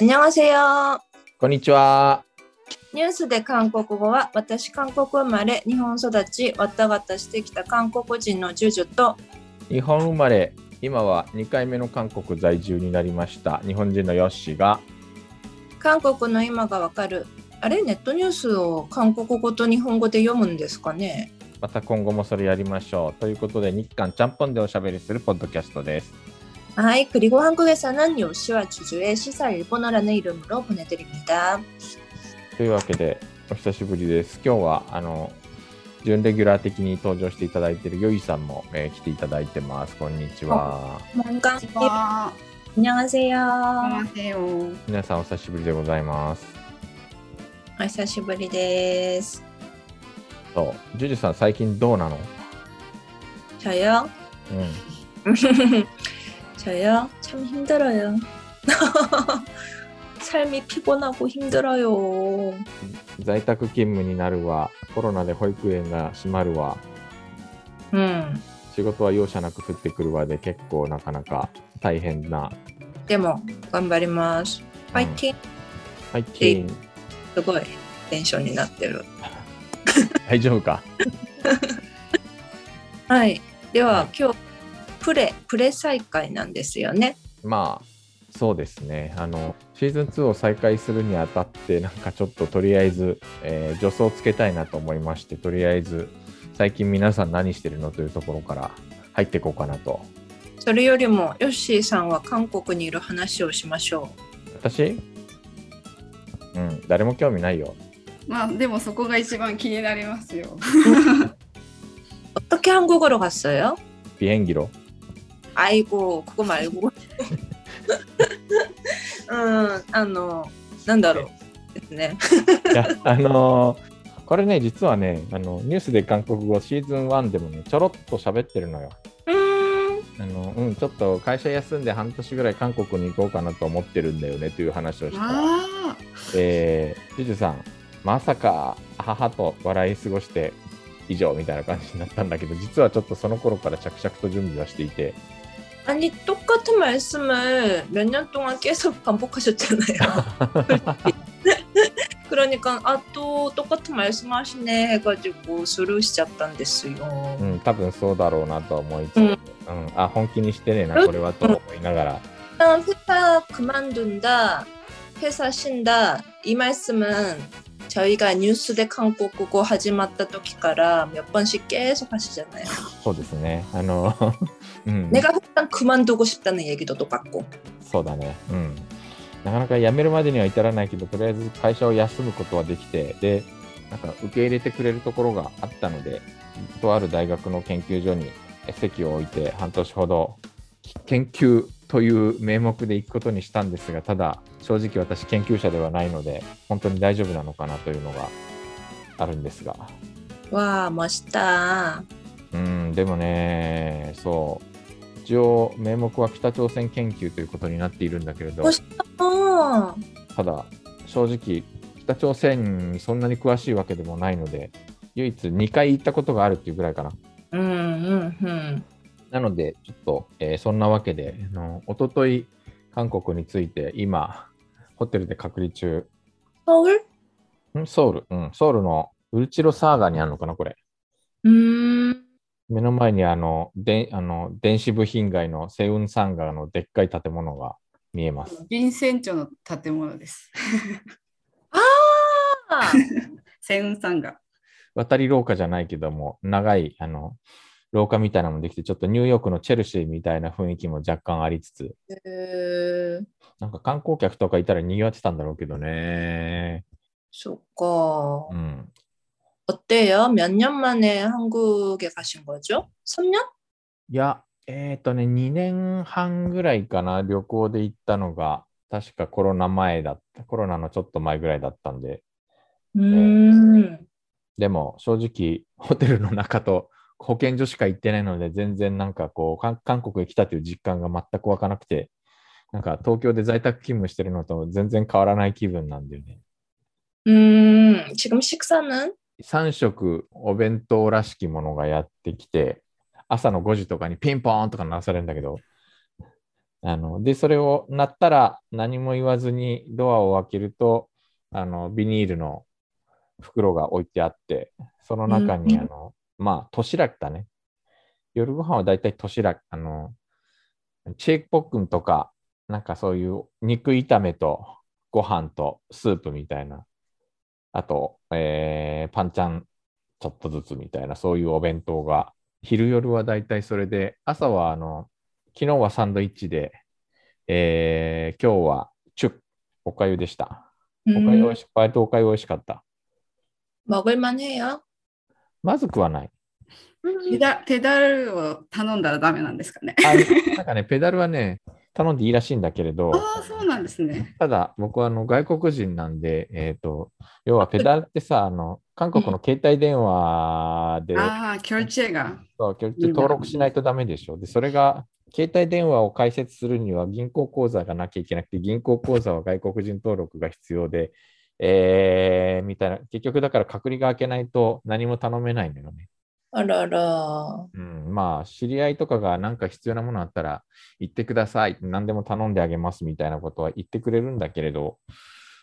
안녕하세요. こんにちは。ニュースで韓国語は私韓国生まれ日本育ちわたわたしてきた韓国人のジュジュと日本生まれ、今は2回目の韓国在住になりました。日本人のヨッシーが、韓国の今がわかるあれネットニュースを韓国語と日本語で読むんですかねまた今後もそれやりましょう。ということで、日韓ちゃんぽんでおしゃべりするポッドキャストです。 아이그리고한국에서는요시와주주의시사일본어라는이름으로보내드립니다 というわけで、お久しぶりです。今日は、あの、準レギュラー的に登場していただいているヨイさんも、えー来ていただいてます。こんにちは。 뭔가 와, 안녕하세요. 안녕하세요. 皆さんお久しぶりでございます。 아이사시브리데스. そう、ジュジュさん最近どうなの 저요? うん。 저요? 참 힘들어요. 삶이 피곤하고 힘들어요. 在宅勤務になるわ、コロナで保育園が閉まるわ、 음. 仕事は容赦なく降ってくるわで結構なかなか大変な。 데모 간바리마스. 파이팅. はい、キーン。 すごい 텐션이 났대요. 大丈夫かはい。では今日プレプレ再開なんですよね。まあ、そうですね。あの、シーズン2を再開するにあたって、なんかちょっととりあえず、えー助走をつけたいなと思いまして、とりあえず、最近皆さん何してるのというところから入っていこうかなと。それよりもヨッシーさんは韓国にいる話をしましょ私うん、誰も興味ないよ。 아, 근데 뭐そこ가 一番 기대나리ますよ.う。어떻게한국어로갔어요 비행기로. 아이고 그거 말고 음, 아노 난다로 ですね。いや、あのーこれね、実はね、あのニュースで韓国語シーズン1でもね、ちょろっと喋ってるのよ。うーん。あのうん、ちょっと会社休んで半年ぐらい韓国に行こうかなと思ってるんだよねという話をしたら、 아, えー、ジュジュさん、まさか母と笑い過ごして以上みたいな感じになったんだけど、実はちょっとその頃から着々と準備はしてい て、 아니 똑같은 말씀을 몇 년 동안 계속 반복하셨잖아요. 그러니까 아 또 똑같은 말씀하시네 해가지고 스루시작단됐어요. うん、多分そうだろうなとは思いつつ、うんあ、本気にしてねえな、これはと思いながら、 일단 회사 그만둔다, 회사 쉰다 이 말씀은 저희가 뉴스 대 한국국어 하지 마다 토끼가라 몇 번씩 계속 하시잖아요. そうですね、あの、 うん、 내가 일단 그만두고 싶다는 얘기도 똑같고. そうだね。うん。なかなか辞めるまでには至らないけど、とりあえず会社を休むことはできて、で、なんか受け入れてくれるところがあったので、とある大学の研究所に席を置いて半年ほど研究という名目で行くことにしたんですが、ただ正直私研究者ではないので、本当に大丈夫なのかなというのがあるんですが。 와 멋있다. うん、でもね、そう。一応名目は北朝鮮研究ということになっているんだけれど。 어. ただ正直北朝鮮にそんなに詳しいわけでもないので唯一2回行ったことがあるっていうぐらいかな 음, 음, 음. なのでちょっと、えーそんなわけであの一昨日韓国について今ホテルで隔離中 서울? んソウル、うん、ソウルのウルチロサーガーにあるのかなこれ 음. 目の前にあのであの電子部品街のセウンサンガーのでっかい建物が見えます 빈센조의 建物です. 아, 세운상가. 渡り廊下じゃないけども、長いあの廊下みたいなのもできて、ちょっとニューヨークのチェルシーみたいな雰囲気も若干ありつつ、 그, なんか観光客とかいたら賑わってたんだろうけどね。 좋고. うん。 어때요? 몇 년 만에 한국에 가신 거죠? 3년? いや、えっ、とね、2年半ぐらいかな、旅行で行ったのが、確かコロナ前だった、コロナのちょっと前ぐらいだったんで、 음. でも正直、ホテルの中と保健所しか行ってないので、全然なんかこう、韓韓国へ来たという実感が全く湧かなくて、なんか東京で在宅勤務してるのと全然変わらない気分なんだよね。 음, 지금 식사는? 3食お弁当らしきものがやってきて、朝の5時とかにピンポーンとか鳴らされるんだけど、あので、それを鳴ったら何も言わずにドアを開けると、あのビニールの袋が置いてあって、その中に、うんあのまあ、年だったね。夜ご飯はだいたい年だ、あの、チェークポックンとか、なんかそういう肉炒めとご飯とスープみたいな、あと、えーパンちゃんちょっとずつみたいな、そういうお弁当が、昼夜はだいたいそれで、朝はあの、昨日はサンドイッチで、えー今日はチュッ、おかゆでした。うおかゆ美ん味し、バイトおかゆ美味しかった。 음. 먹을만 해요. まずくはない。ペダペダルを頼んだらダメなんですかね。あなんかね、ペダルはね、頼んでいいらしいんだけれど、ああ、 そうなんですね。ただ僕はあの外国人なんで、えーと、要はペダルってさ、あの韓国の携帯電話で、ああ、キョルチェが。そう結局登録しないとダメでしょ。で、それが、携帯電話を開設するには銀行口座がなきゃいけなくて、銀行口座は外国人登録が必要で、えー、みたいな、結局だから隔離が明けないと何も頼めないのよね。 어라라. うん、まあ、知り合いとかがなんか必要なものあったら、行ってください、何でも頼んであげますみたいなことは言ってくれるんだけれど、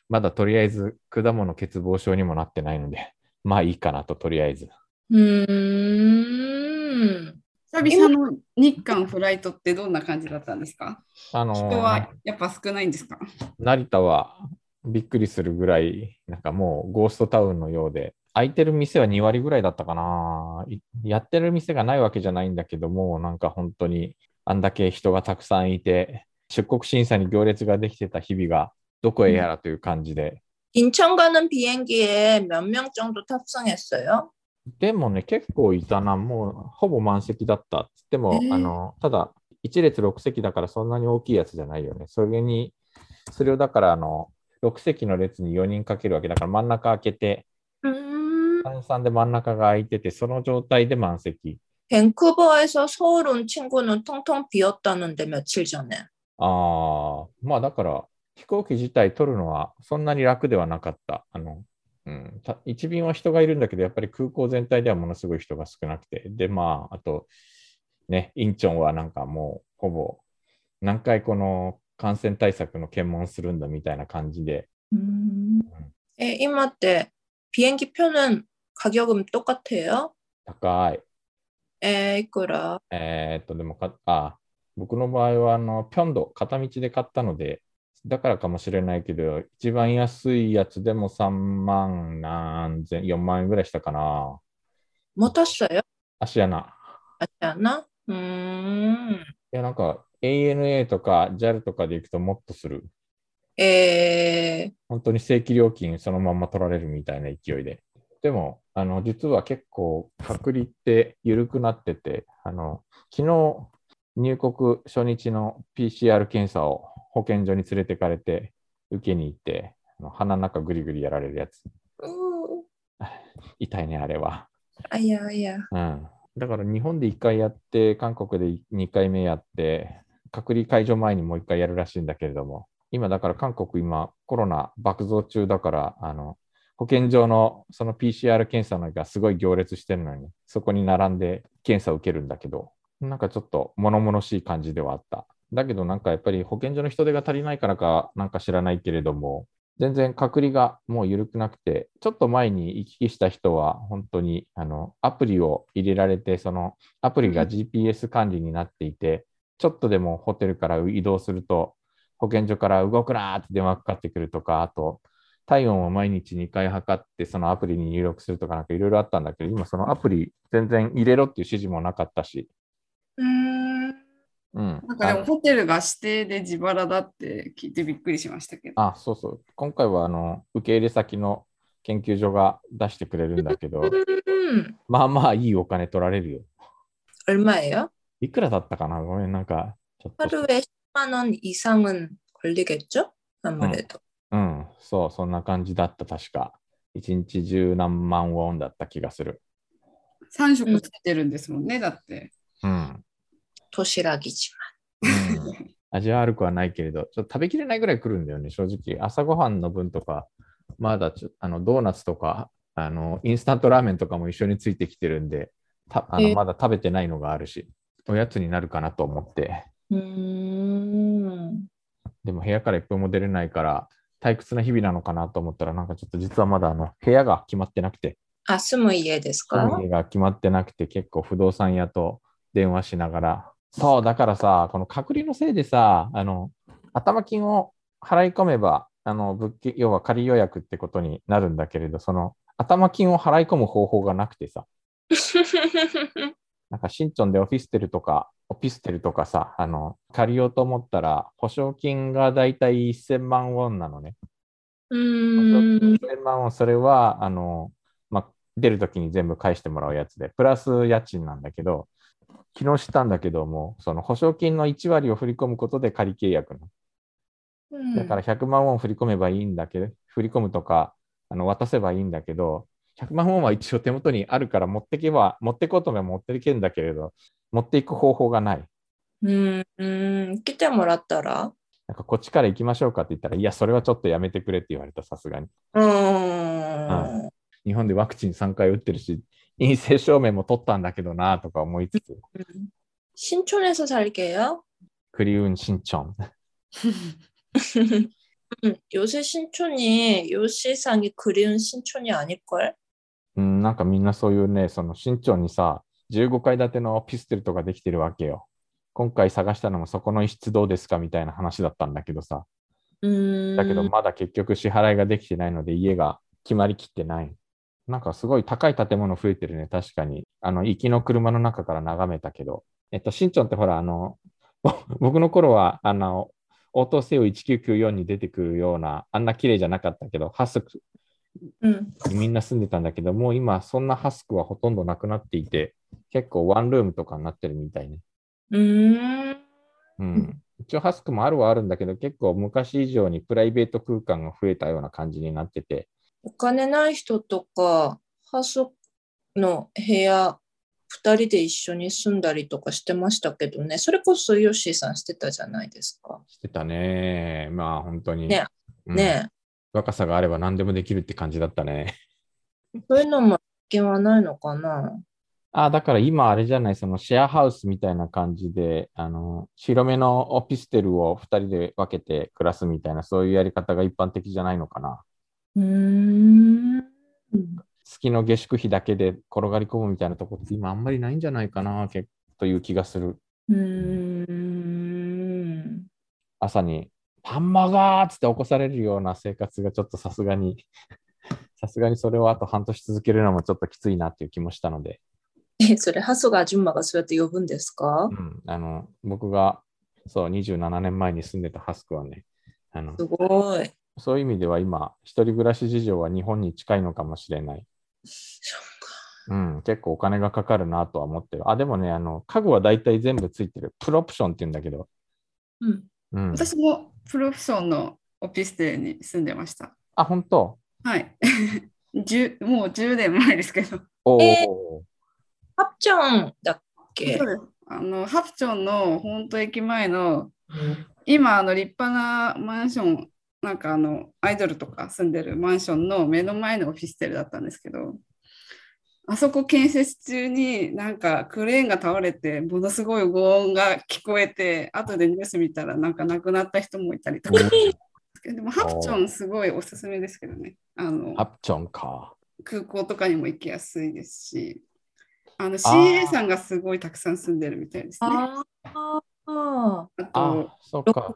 まだとりあえず果物欠乏症にもなってないので、まあいいかなと、とりあえず。 음. 久々の日韓フライトってどんな感じだったんですかあのー人はやっぱ少ないんですか成田はびっくりするぐらい、なんかもうゴーストタウンのようで、空いてる店は2割ぐらいだったかな。いやってる店がないわけじゃないんだけども、なんか本当にあんだけ人がたくさんいて、出国審査に行列ができてた日々がどこへやらという感じで。 인천 가는 비행기에 몇 명 정도 탑승했어요? でもね、結構いたな、もうほぼ満席だったっつっても、えーあのただ、1列6席だからそんなに大きいやつじゃないよね。それに、それをだからあの、6席の列に4人かけるわけだから真ん中開けて、 음. 換算で真ん中が空いてて、その状態で満席。 밴쿠버에서 서울 온 친구는 텅텅 비었다는데 며칠 전에. ああ、まあだから、飛行機自体取るのはそんなに楽ではなかった。あの、うん、た一便は人がいるんだけど、やっぱり空港全体ではものすごい人が少なくて。で、まあ、あと、ね、インチョンはなんかもう、ほぼ、何回この感染対策の検問するんだみたいな感じで、 음. 예, 이마 때 비행기 표는 가격은 똑같아요? 예, 高い。 에이꾸라. えーっと、でもか、あ、僕の場合は、あの、ピョンド、片道で買ったので、だからかもしれないけど、一番安いやつでも3万何千、4万円ぐらいしたかな。 못 탔어요? 足穴。 아지 않아? 음. いや、なんか、ANA とか JAL とかで行くともっとする。 에. 本当に正規料金そのまんま取られるみたいな勢いで。でも、あの、実は結構隔離って緩くなってて、あの、昨日入国初日の PCR 検査を保健所に連れてかれて受けに行って、あの鼻の中ぐりぐりやられるやつ。 우. 痛いね、あれは。 아야 아야. うん。だから日本で1回やって、韓国で2回目やって、隔離解除前にもう1回やるらしいんだけれども、今だから韓国今コロナ爆増中だから、あの、保健所のその PCR 検査のがすごい行列してるのに、そこに並んで検査を受けるんだけど、なんかちょっと物々しい感じではあった。だけどなんかやっぱり保健所の人手が足りないからかなんか知らないけれども、全然隔離がもう緩くなくて、ちょっと前に行き来した人は、本当にあのアプリを入れられて、そのアプリが GPS 管理になっていて、ちょっとでもホテルから移動すると、保健所から動くなーって電話かかってくるとか、あと、体温を毎日2回測って、そのアプリに入力するとか、なんかいろいろあったんだけど、今そのアプリ全然入れろっていう指示もなかったし、 음. うん。なんかでもホテルが指定で自腹だって聞いてびっくりしましたけど。あ、そうそう。今回はあの受け入れ先の研究所が出してくれるんだけど、 음. まあまあいいお金取られるよ。 얼마예요? いくらだったかなごめん、なんか、ちょっと。 하루에 10만 원 이상은 걸리겠죠? 아무래도. うん、そう、そんな感じだった、確か。一日十何万ウォンだった気がする。 3食ついてるんですもんね、だって。 うん。 도시락이지만. うん味は悪くはないけれど、ちょっと食べきれないぐらい来るんだよね、正直。朝ごはんの分とか、まだちょあのドーナツとかあの、インスタントラーメンとかも一緒についてきてるんで、たあえのーまだ食べてないのがあるし、おやつになるかなと思って、うーん。でも部屋から一分も出れないから、退屈な日々なのかなと思ったら、なんかちょっと実はまだあの部屋が決まってなくて、あ、住む家です住かむ家が決まってなくて、結構不動産屋と電話しながら、そう、だからさ、この隔離のせいでさ、あの、頭金を払い込めば、あの、物件、要は仮予約ってことになるんだけれど、その、頭金を払い込む方法がなくてさ、 なんか、新ンでオフィステルとか、オフィステルとかさ、あの、借りようと思ったら、保証金がだいたい1000万ウォンなのね。う保証金ーん。 1000万ウォン、それは、あの、まあ、出るときに全部返してもらうやつで、プラス家賃なんだけど、昨日知ったんだけども、その保証金の1割を振り込むことで仮契約なのだから100万ウォン振り込めばいいんだけど、振り込むとか、あの渡せばいいんだけど、100万ウォンは一応手元にあるから持ってけば、持ってこうとも持っていけんだけれど、持っていく方法がない。うん。うん。来てもらったらなんかこっちから行きましょうかって言ったら、いや、それはちょっとやめてくれって言われた、さすがに。うーん。日本でワクチン3回打ってるし、陰性証明も取ったんだけどなとか思いつつ、 신촌에서 살게요. クリウン新チョン。 음, 요새 신촌이 요시상이 그리운 신촌이 아닐걸? うん、なんかみんなそういうね、その新町にさ、15階建てのオフィステルとかできてるわけよ。今回探したのもそこの一室どうですかみたいな話だったんだけどさ。 음. だけどまだ結局支払いができてないので家が決まりきってない。なんかすごい高い建物増えてるね、確かに。あの、行きの車の中から眺めたけど。えっと、新町ってほら、あの、 ぼ僕の頃は、あの、応答せよ1994に出てくるような、あんな綺麗じゃなかったけど、ハスク 음. にみんな住んでたんだけど、もう今、そんなハスクはほとんどなくなっていて、結構ワンルームとかになってるみたいね。 음. うん。一応ハスクもあるはあるんだけど、結構昔以上にプライベート空間が増えたような感じになってて、お金ない人とか、ハスの部屋、二人で一緒に住んだりとかしてましたけどね、それこそヨッシーさんしてたじゃないですか。してたね。まあ本当に。ねうんね若さがあれば何でもできるって感じだったね。え、そういうのも経験はないのかな。あだから今あれじゃない、そのシェアハウスみたいな感じで、あの、広めのオフィステルを2人で分けて暮らすみたいな、そういうやり方が一般的じゃないのかな。うーん。月の下宿費だけで転がり込むみたいなとこって今あんまりないんじゃないかな、けという気がする。うーん。朝に、パンマガーっつって起こされるような生活がちょっとさすがに、 さすがにそれをあと半年続けるのもちょっときついなっていう気もしたので。え、それ、ハスがアジュンマがそうやって呼ぶんですかうん、あの僕がそう27年前に住んでたハスクはねあのすごい。そういう意味では今一人暮らし事情は日本に近いのかもしれない、そうん、結構お金がかかるなとは思ってるあでもねあの家具は大体全部ついてるプロプションって言うんだけど、うん。うん、私もプロフションのオピステルに住んでました。あ本当はい。10もう10年前ですけど。おーえハプチョンだっけそうですあのハプチョンの本当駅前の今あの立派なマンションなんかあのアイドルとか住んでるマンションの目の前のオフィステルだったんですけどあそこ建設中になんかクレーンが倒れてものすごい轟音が聞こえて後でニュース見たらなんか亡くなった人もいたりとかでもハプチョンすごいおすすめですけどねあのアプチョンか空港とかにも行きやすいですしあのあ CA さんがすごいたくさん住んでるみたいですね。ああ。あとあそうか、はい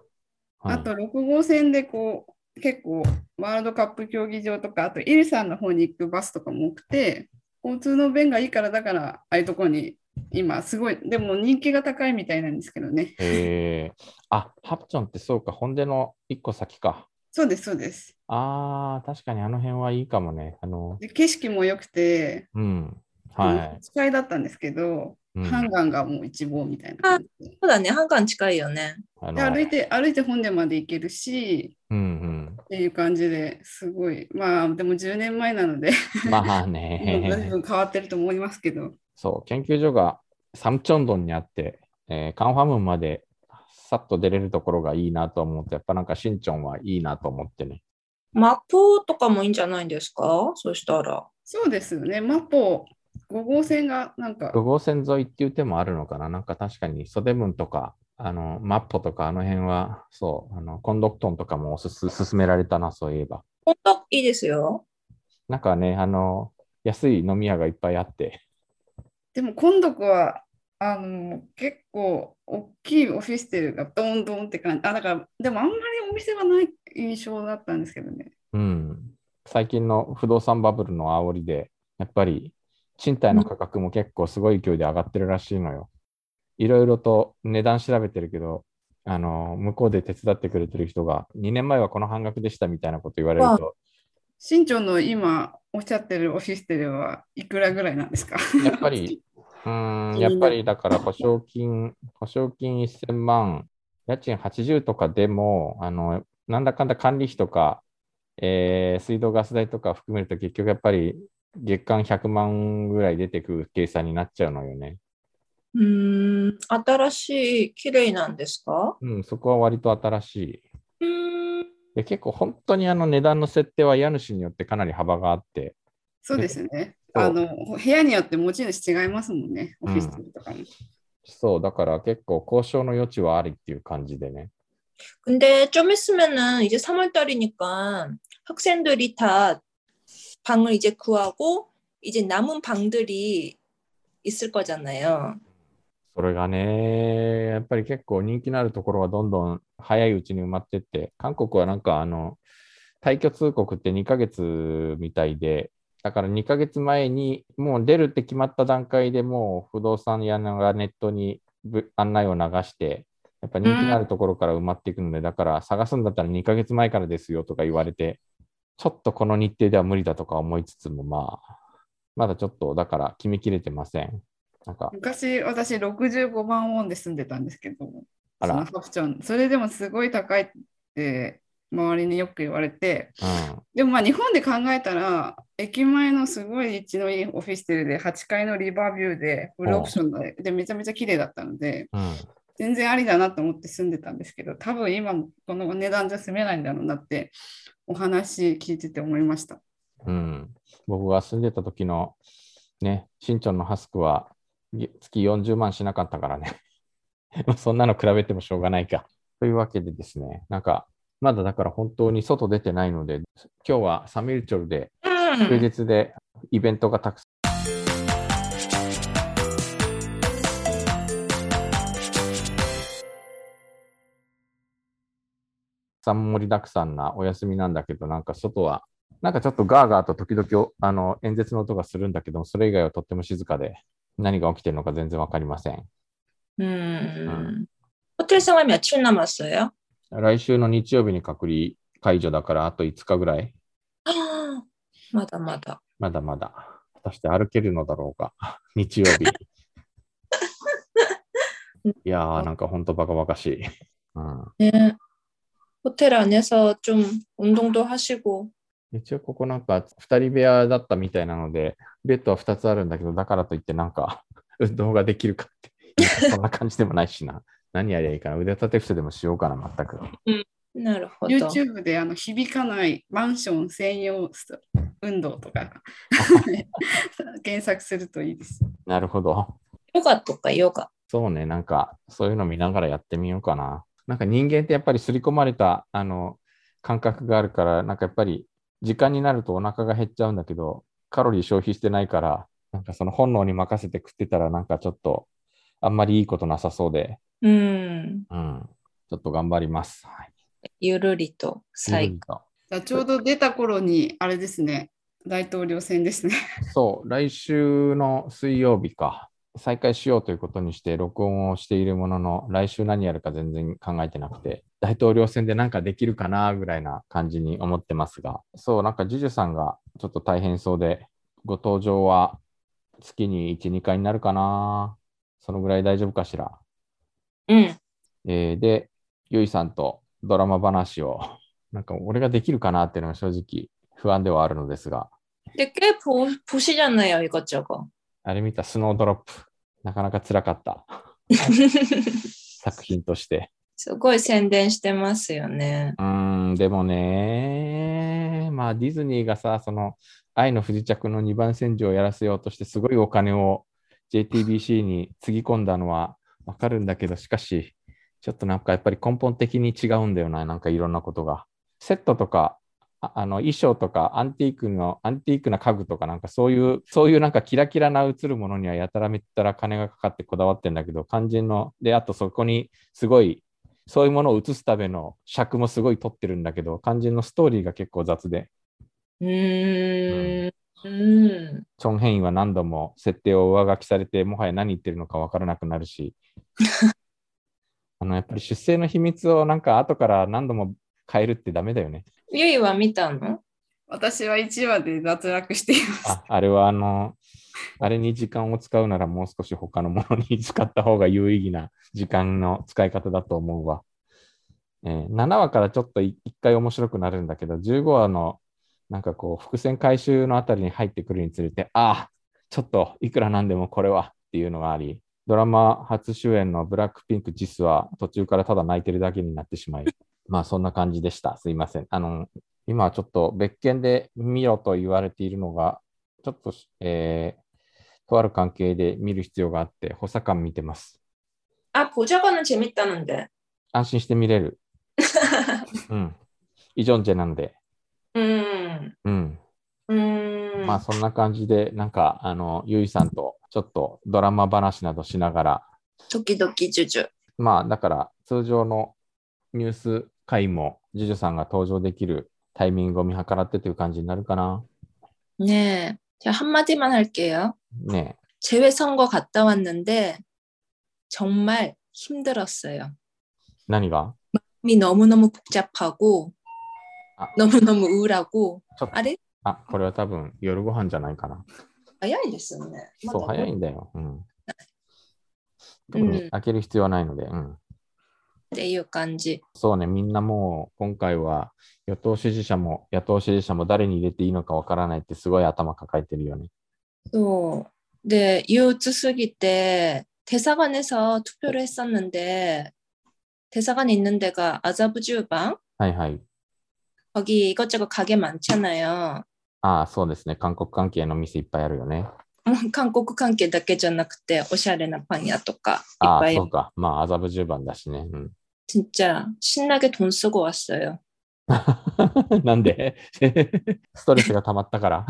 あと6号線でこう結構ワールドカップ競技場とかあとイルサンの方に行くバスとかも多くて交通の便がいいからだからああいうとこに今すごいでも人気が高いみたいなんですけどねへえあハプチョンってそうか本音の一個先かそうですそうですあー確かにあの辺はいいかもねあので景色も良くて、うん。は司会だったんですけど、い。うんハンガンがもう一望みたいな感じでそうだね、ハンガン近いよね。あでの歩いて歩いて本殿まで行けるしうんっていう感じですごいまあでも10年前な のでうん。まあ だいね。ぶ変わってると思いますけどそう、研究所がサムチョンドンにあって、えーカンファムンまでさっと出れるところがいいなと思って、やっぱなんかシンチョンはいいなと思ってね。マポとかもいいんじゃないんですかそしたら。そうですよね。マポ5号線がなんか、 5号線沿いっていう手もあるのかな。なんか確かに袖門とか、あの、マッポとかあの辺は、そう、あの、コンドクトンとかもおすす勧められたな、そういえば。本当いいですよ。なんかね、あの、安い飲み屋がいっぱいあって、でも今度はあの結構大きいオフィステルがドンドンって感じあだからでもあんまりお店がない印象だったんですけどねうん。最近の不動産バブルの煽りで、やっぱり賃貸の価格も結構すごい勢いで上がってるらしいのよ。いろいろと値段調べてるけど、あの、向こうで手伝ってくれてる人が、2年前はこの半額でしたみたいなこと言われると、新庄の今おっしゃってるオフィステルはいくらぐらいなんですかやっぱり、うーん、やっぱりだから保証金、保証金1000万、家賃80とかでも、あの、なんだかんだ管理費とか、えー水道ガス代とか含めると結局やっぱり月間100万ぐらい出てくる計算になっちゃうのよね。うーん、新しい、綺麗なんですかうん、そこは割と新しい。うーん、で、結構本当にあの値段の設定は家主によってかなり幅があって、そうですねそうあの部屋によって持ち主違いますもんねオフィステルとかも、そう、だから結構交渉の余地はありっていう感じでね。 근데 좀 있으면은 이제 3월달이니까 학생들이 다 방을 이제 구하고 이제 남은 방들이 있을 거잖아요. それがね、やっぱり結構人気のあるところはどんどん早いうちに埋まってって、韓国はなんかあの、退去通告って2ヶ月みたいで、だから2ヶ月前にもう出るって決まった段階でもう不動産屋がネットにぶ案内を流して、やっぱ人気のあるところから埋まっていくので、だから探すんだったら2ヶ月前からですよとか言われて、ちょっとこの日程では無理だとか思いつつも、まあ、まだちょっとだから決めきれてません。なんか、昔私65万ウォンで住んでたんですけどあらそのハプチョンそれでもすごい高いって周りによく言われてうん。でもまあ日本で考えたら、駅前のすごい立地のいいオフィステルで、8階のリバービューで、フルオプションででめちゃめちゃ綺麗だったので、うん全然ありだなと思って住んでたんですけど、多分今もこの値段じゃ住めないんだろうなって、お話聞いてて思いました。うん、僕が住んでた時のね、新町のハスクはげ月40万しなかったからね。 まあそんなの比べてもしょうがないか。というわけでですね、なんか、まだだから本当に外出てないので、今日はサミュルチョルで休 음, 日でイベントがたくさん。たくさん盛りだくさんなお休みなんだけど、なんか外は、なんかちょっとガーガーと時々あの演説の音がするんだけど、それ以外はとっても静かで、何が起きてるのか全然わかりません。 음. 호텔 생활 며칠 남았어요? 来週の日曜日に隔離解除だから、あと5日ぐらい、 마다 마다. まだまだ、果たして歩けるのだろうか、 日曜日。いやー、なんかほんとバカバカしい。うん、 네. 호텔 안에서 좀 운동도 하시고. 一応ここなんか2人部屋だったみたいなので、ベッドは2つあるんだけど、だからといってなんか 運動ができるかって、 そんな感じでもないしな。何やりゃいいかな。腕立て伏せでもしようかな、全く。なるほど。 YouTube であの響かないマンション専用運動とか 検索するといいです。なるほど。 요가 とか 요가. そうね、なんかそういうの見ながらやってみようかな。なんか人間ってやっぱり刷り込まれたあの感覚があるから、なんかやっぱり時間になるとお腹が減っちゃうんだけど、カロリー消費してないから、なんかその本能に任せて食ってたら、なんかちょっとあんまりいいことなさそうで、 음. うん、ちょっと頑張ります。はい。ゆるりと最うんとじゃあちょうど出た頃に、あれですね、大統領選ですね。そう、来週の水曜日か、再開しようということにして、録音をしているものの、来週何やるか全然考えてなくて、大統領選でなんかできるかなぐらいな感じに思ってますが、そう、なんか JUJU さんがちょっと大変そうで、ご登場は月に1、2回になるかな、そのぐらい大丈夫かしら。 응. えーで、ゆいさんとドラマ話を、なんか俺ができるかなっていうのが正直不安ではあるのですが、 근데 꽤 보, 보시잖아요, 이것저것. あれ見たスノードロップ、なかなか辛かった。 作品として。すごい宣伝してますよね。うーん、でもね、まあディズニーがさ、その愛の不時着の2番煎じをやらせようとして、すごいお金を JTBC につぎ込んだのはわかるんだけど、しかし、ちょっとなんかやっぱり根本的に違うんだよな、なんかいろんなことが。セットとか、ああの衣装とか、アンティークの、アンティークな家具とか、なんかそういう、そういうなんかキラキラな映るものにはやたらめったら金がかかってこだわってんだけど、肝心の、で、あとそこにすごい、そういうものを映すための尺もすごい取ってるんだけど、肝心のストーリーが結構雑で、うーん。うん。チョン・ヘインは何度も設定を上書きされて、もはや何言ってるのか分からなくなるし、あのやっぱり出生の秘密をなんか後から何度も変えるってダメだよね。ゆいは見たの私は1話で脱落しています。ああれはあの、あれに時間を使うならもう少し他のものに使った方が有意義な時間の使い方だと思うわ。えー7話からちょっと1回面白くなるんだけど、15話のなんかこう、伏線回収のあたりに入ってくるにつれて、ああ、ちょっといくらなんでもこれはっていうのがあり、ドラマ初主演のブラックピンクジスは途中からただ泣いてるだけになってしまい、 まあそんな感じでした。すいません。あの、今はちょっと別件で見ろと言われているのが、ちょっとし、えーとある関係で見る必要があって、補佐官見てます。 아, 보좌관은 재밌다는데. 安心して見れる。うん。イジョンジェなんで。 음. うん。 음. まあそんな感じで、なんか、あの、ゆいさんとちょっとドラマ話などしながら、 도끼도끼 주주. まあだから通常のニュース回も、ジュジュさんが登場できるタイミングを見計らってという感じになるかな。 네. 제가 한마디만 할게요. ねえ。 재외선거 갔다 왔는데 정말 힘들었어요. 何が 이 너무너무 복잡하고 아. 너무너무 우울하고 저- 아래 あ、これは多分夜ご飯じゃないかな。 아, 가야이 됐었네. そう、早いんだよ。うん。特に開ける必要はないので、うん。 내유간지. そうね、みんなもう今回は与党支持者も野党支持者も誰に入れていいのかわからないってすごい頭抱えてるよね。 또 네, 이웃 쓰기 때 대사관에서 투표를 했었는데 대사관 있는 데가 아자부지우방 はいはい。 거기 이것저것 가게 많잖아요. ああ、そうですね。韓国関係の店いっぱいあるよね。 한국 관계 다 깨졌나 그때 오샤레나 빵야 또까 ああ、 이빠이 そうか。まあ、麻布十番だしね。うん 진짜 신나게 돈 쓰고 왔어요. なんで ストレスが溜まったから。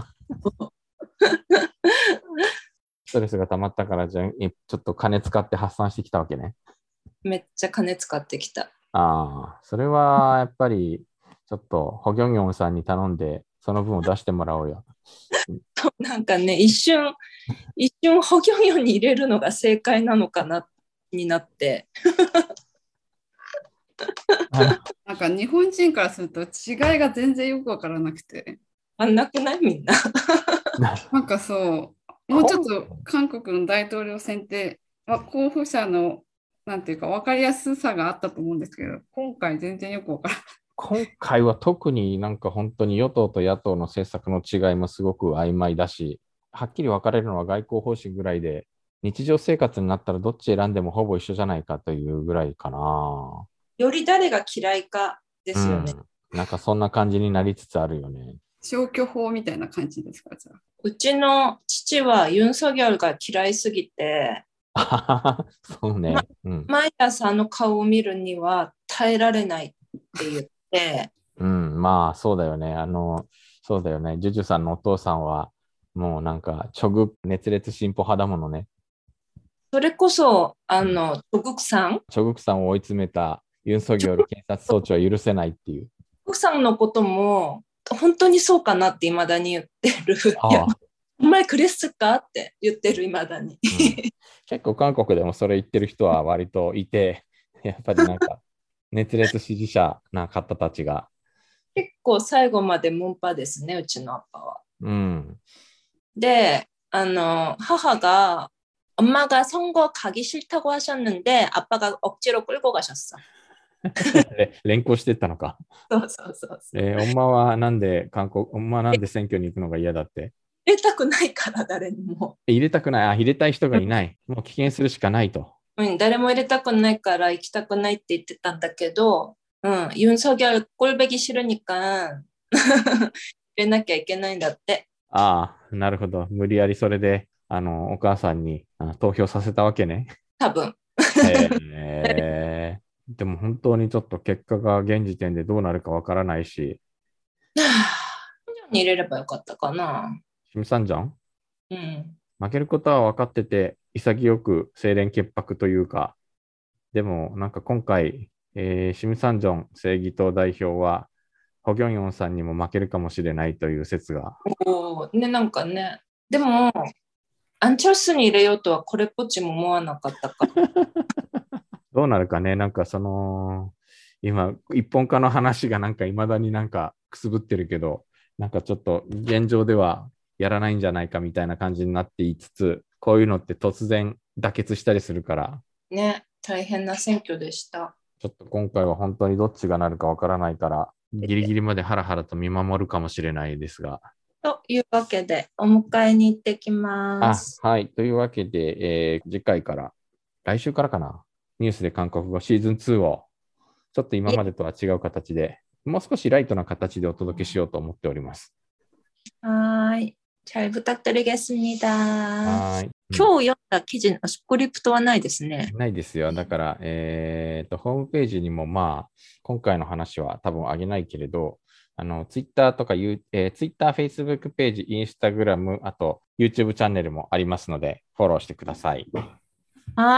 ストレスが溜まったから、じゃあ、いちょっと金使って発散してきたわけね。 진짜 간에使って 기다. ああ、それはやっぱり、ちょっと、ホギョンギョンさんに頼んで、その分を出してもらおうよ。なんかね、一瞬、一瞬、ホギョンヨンに入れるのが正解なのかな、になって。なんか日本人からすると違いが全然よくわからなくて、あんなくないみんな。なんかそう、もうちょっと韓国の大統領選って、まあ候補者のなんていうか分かりやすさがあったと思うんですけど、今回全然よくわからない。 今回は特になんか本当に与党と野党の政策の違いもすごく曖昧だし、はっきり分かれるのは外交方針ぐらいで、日常生活になったらどっち選んでもほぼ一緒じゃないかというぐらいかな。より誰が嫌いかでうすよね。ん、なんかそんな感じになりつつあるよね。 消去法みたいな感じですか、じゃあ。うちの父はユン・ソギョルが嫌いすぎて、あははそうね。うん。毎朝あの顔を見るには耐えられないって言って、うん、まあそうだよね。あの、そうだよね。ジュジュさんのお父さんは、もうなんか、ちょぐ熱烈進歩派だものね。それこそ、あの、ドグクさん、チョグクさんを追い詰めたユン・ソギョル検察総長は許せないっていう。ドグクさんのことも、本当にそうかなって未だに言ってる。いやああ、お前クレスかって言ってる未だに。 うん結構韓国でもそれ言ってる人は割といて、 やっぱりなんか、熱烈支持者な方たちが、結構最後までモンパですね、うちのアッパは。うん、 で、あの、母が、엄마가선거가기싫다고하셨는데아빠가억지로끌고가셨어 れ連行してったのか。そうそうそうそう。えー、おんまはなんで韓国、おんまなんで選挙に行くのが嫌だって。入れたくないから誰にも。え入れたくない、あ、入れたい人がいない。もう棄権するしかないと。うん、誰も入れたくないから行きたくないって言ってたんだけど、うん、ユン・ソギョル꼴배기싫으니까 入れなきゃいけないんだって。ああ、なるほど。無理やりそれで、あの、お母さんにあ投票させたわけね。多分。へえでも本当にちょっと結果が現時点でどうなるかわからないし、に入れればよかったかな。シムさんじゃんうん。負けることは分かってて、潔く清廉潔白というか、でもなんか今回、えーシム・サンジョン正義党代表は、ホギョンヨンさんにも負けるかもしれないという説が、おーね、なんかね。でも、アンチャルスに入れようとはこれっぽっちも思わなかった から。どうなるかね、なんかその、今、一本化の話がなんか未だになんかくすぶってるけど、なんかちょっと現状ではやらないんじゃないかみたいな感じになっていつつ、こういうのって突然妥結したりするから、ね、大変な選挙でした。ちょっと今回は本当にどっちがなるかわからないから、ギリギリまでハラハラと見守るかもしれないですが。というわけで、お迎えに行ってきまあす。はい。というわけで、えー次回から、来週からかな、ニュースで韓国語シーズン2を、ちょっと今までとは違う形で、もう少しライトな形でお届けしようと思っております。はーい。잘 부탁드리겠습니다. はーい。今日読んだ記事のスクリプトはないですね。ないですよ。だから、えーと、ホームページにも、まあ、今回の話は多分あげないけれど、あの、ツイッターとかユー、えー、ツイッター、フェイスブックページ、インスタグラム、あと、YouTube チャンネルもありますので、フォローしてください。は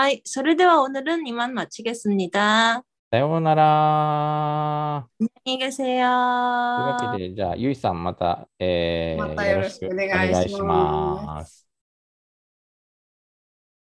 ーい。それでは오늘은이만 마치겠습니다. さようなら。 안녕히 という 계세요. わけで、じゃあ、ゆいさん、また、えーまたよろしくお願いしますよろしくお願いします